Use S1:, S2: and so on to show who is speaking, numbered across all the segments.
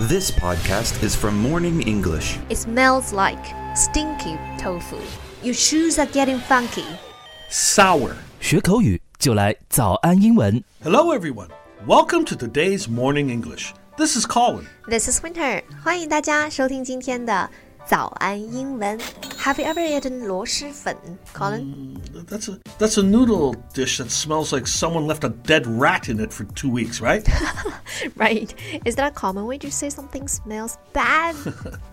S1: This podcast is from Morning English.
S2: It smells like stinky tofu. Your shoes are getting funky.
S3: sour.
S4: 学口语就来早安英文。
S3: Hello, everyone. Welcome to today's Morning English. This is Colin.
S2: This is Winter. 欢迎大家收听今天的早安英文。Have you ever eaten 螺蛳粉，Colin？、
S3: That's a that's a noodle dish that smells like someone left a dead rat in it for two weeks, right?
S2: Right? Is that a common way to say something smells bad?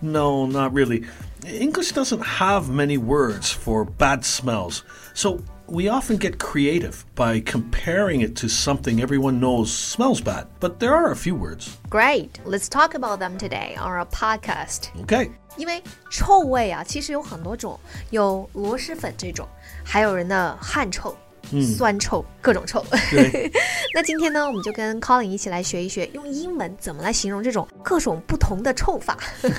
S3: no, not really. English doesn't have many words for bad smells, so we often get creative by comparing it to something everyone knows smells bad. But there are a few words.
S2: Great. Let's talk about them today on our podcast.
S3: Okay.
S2: 因为臭味啊，其实有很多种，有螺蛳粉这种，还有人的汗臭、酸臭、各种臭。
S3: 对
S2: 那今天呢，我们就跟 Colin 一起来学一学，用英文怎么来形容这种各种不同的臭法。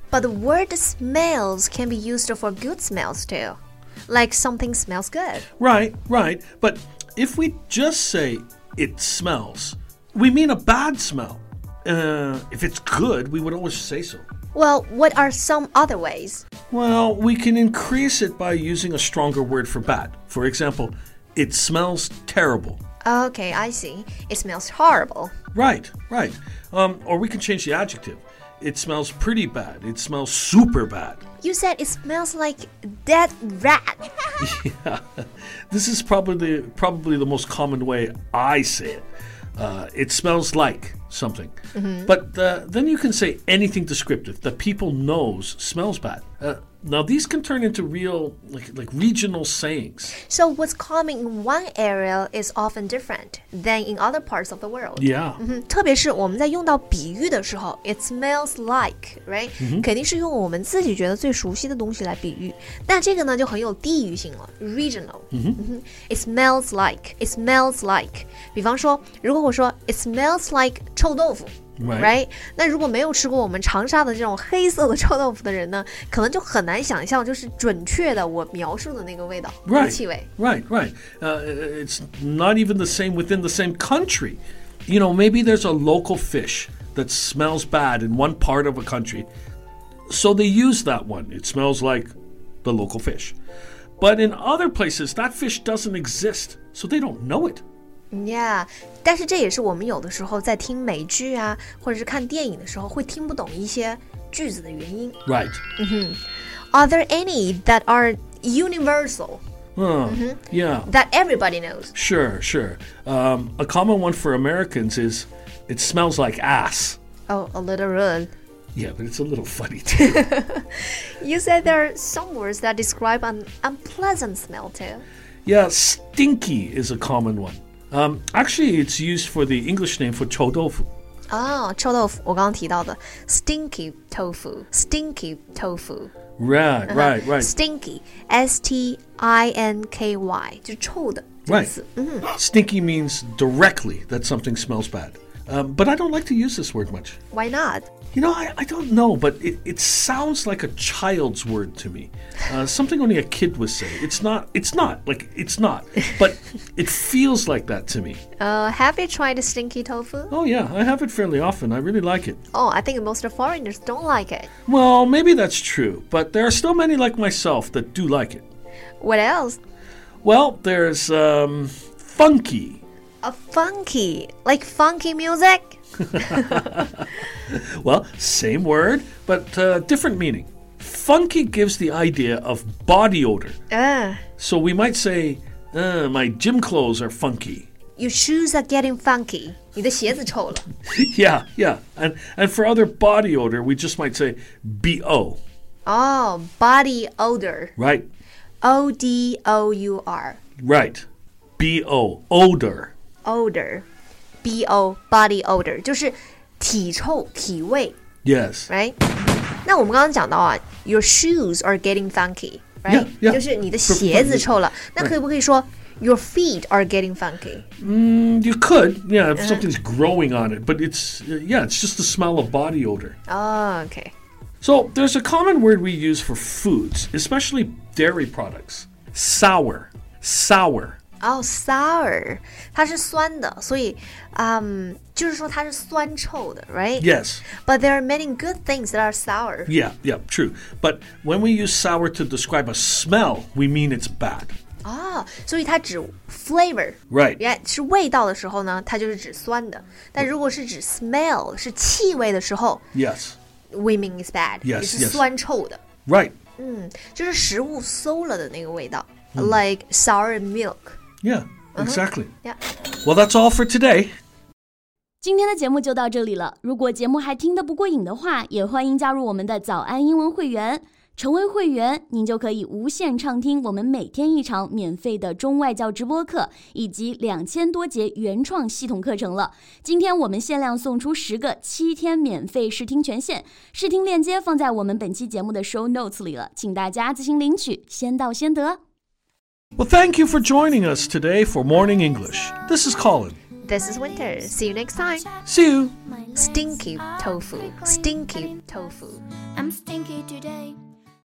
S2: But the word smells can be used for good smells too, like something smells good.
S3: Right, right. But if we just say it smells, we mean a bad smell. Uh, if it's good, we would always say so.
S2: Well, what are some other ways?
S3: Well, we can increase it by using a stronger word for bad. For example, it smells terrible.
S2: Okay, I see. It smells horrible.
S3: Right, right. Um, or we can change the adjective. It smells pretty bad. It smells super bad.
S2: You said it smells like dead rat.
S3: This is probably the, probably the most common way I say it. Uh, it smells like something, but uh, then you can say anything descriptive that people knows smells bad. Uh, now these can turn into real like like regional sayings.
S2: So, what's common in one area is often different than in other parts of the world.
S3: Yeah.
S2: 嗯特别是我们在用到比喻的时候，it smells like，right？、肯定是用我们自己觉得最熟悉的东西来比喻。但这个呢就很有地域性了，regional。嗯哼，it smells like，it smells like。比方说，如果我说 it smells like 臭豆腐。
S3: Right.
S2: 那如果没有吃过我们长沙的这种黑色的臭豆腐的人呢，可能就很难想象，就是准确的我描述的那个味道，那个
S3: Right.
S2: 气味。
S3: Right, right. Uh, it's not even the same within the same country. You know, maybe there's a local fish that smells bad in one part of a country. So they use that one. It smells like the local fish. But in other places, that fish doesn't exist. So they don't know it.
S2: Yeah，但是这也是我们有的时候在听美剧啊，或者是看电影的时候会听不懂一些句子的原因。
S3: Right.
S2: Are there any that are universal
S3: Huh. Yeah.
S2: that everybody knows?
S3: Sure, sure. Um, a common one for Americans is it smells like ass.
S2: Oh, a little rude.
S3: Yeah, but it's a little funny too.
S2: You said there are some words that describe an unpleasant smell too.
S3: Yeah, stinky is a common one. Um, actually, it's used for the English name for chou tofu.
S2: 啊、臭豆腐，我刚刚提到的 stinky tofu, stinky tofu,
S3: Right, right, right.
S2: stinky, s t i n k y，就是臭的这个
S3: Right.
S2: 词。
S3: Stinky means directly that something smells bad. Um, but I don't like to use this word much.
S2: Why not?
S3: You know, I, I don't know, but it, it sounds like a child's word to me. Uh, something only a kid would say. It's not, it's not, like, it's not. But it feels like that to me.
S2: Uh, have you tried stinky tofu?
S3: Oh, yeah, I have it fairly often. I really like it.
S2: Oh, I think most of foreigners don't like it.
S3: Well, maybe that's true, but there are still many like myself that do like it.
S2: What else?
S3: Well, there's um, funky.
S2: A funky, like funky music.
S3: Well, same word, but uh, different meaning. Funky gives the idea of body odor.
S2: Uh,
S3: So we might say, uh, my gym clothes are funky.
S2: your shoes are getting funky. 你的鞋子臭了。
S3: yeah, yeah. And, and for other body odor, we just might say BO,
S2: Oh, body odor.
S3: right?
S2: O D O U R.
S3: Right. BO, odor.
S2: Odor. B O body odor 就是体臭、体味
S3: Yes.
S2: ，right？那我们刚刚讲到啊，your shoes are getting funky。Right，
S3: Yeah, yeah.
S2: 就是你的鞋子臭了。那可以不可以说 your feet are getting funky？
S3: Mm, you could, yeah, if something's growing on it, but it's, uh, yeah, it's just the smell of body odor.
S2: 哦，OK，
S3: So there's a common word we use for foods, especially dairy products sour. Sour.
S2: 哦，sour，它是酸的，所以，嗯，就是说它是酸臭的，right？
S3: Yes.
S2: But there are many good things that are sour.
S3: Yeah, yeah, true. But when we use sour to describe a smell, we mean it's bad.
S2: 啊，所以它指 flavor。
S3: Right.
S2: 也是味道的时候呢，它就是指酸的；但如果是指 smell 是气味的时候
S3: Yes.
S2: w e m e a n is bad，也
S3: Yes,
S2: 是
S3: yes.
S2: 酸臭的，
S3: Right.
S2: 就是食物馊了的那个味道，like
S3: Mm。
S2: sour milk。
S3: Yeah, exactly.
S2: Yeah.
S3: Well, that's all for today.
S5: 今天的节目就到这里了。如果节目还听得不过瘾的话，也欢迎加入我们的早安英文会员。成为会员，您就可以无限畅听我们每天一场免费的中外教直播课，以及两千多节原创系统课程了。今天我们限量送出十个七天免费试听权限，试听链接放在我们本期节目的 show notes 里了，请大家自行领取，先到先得。
S3: Well, thank you for joining us today for Morning English. This is Colin.
S2: This is winter. See you next time.
S3: See you.
S2: Stinky tofu. Stinky tofu.
S6: I'm stinky today.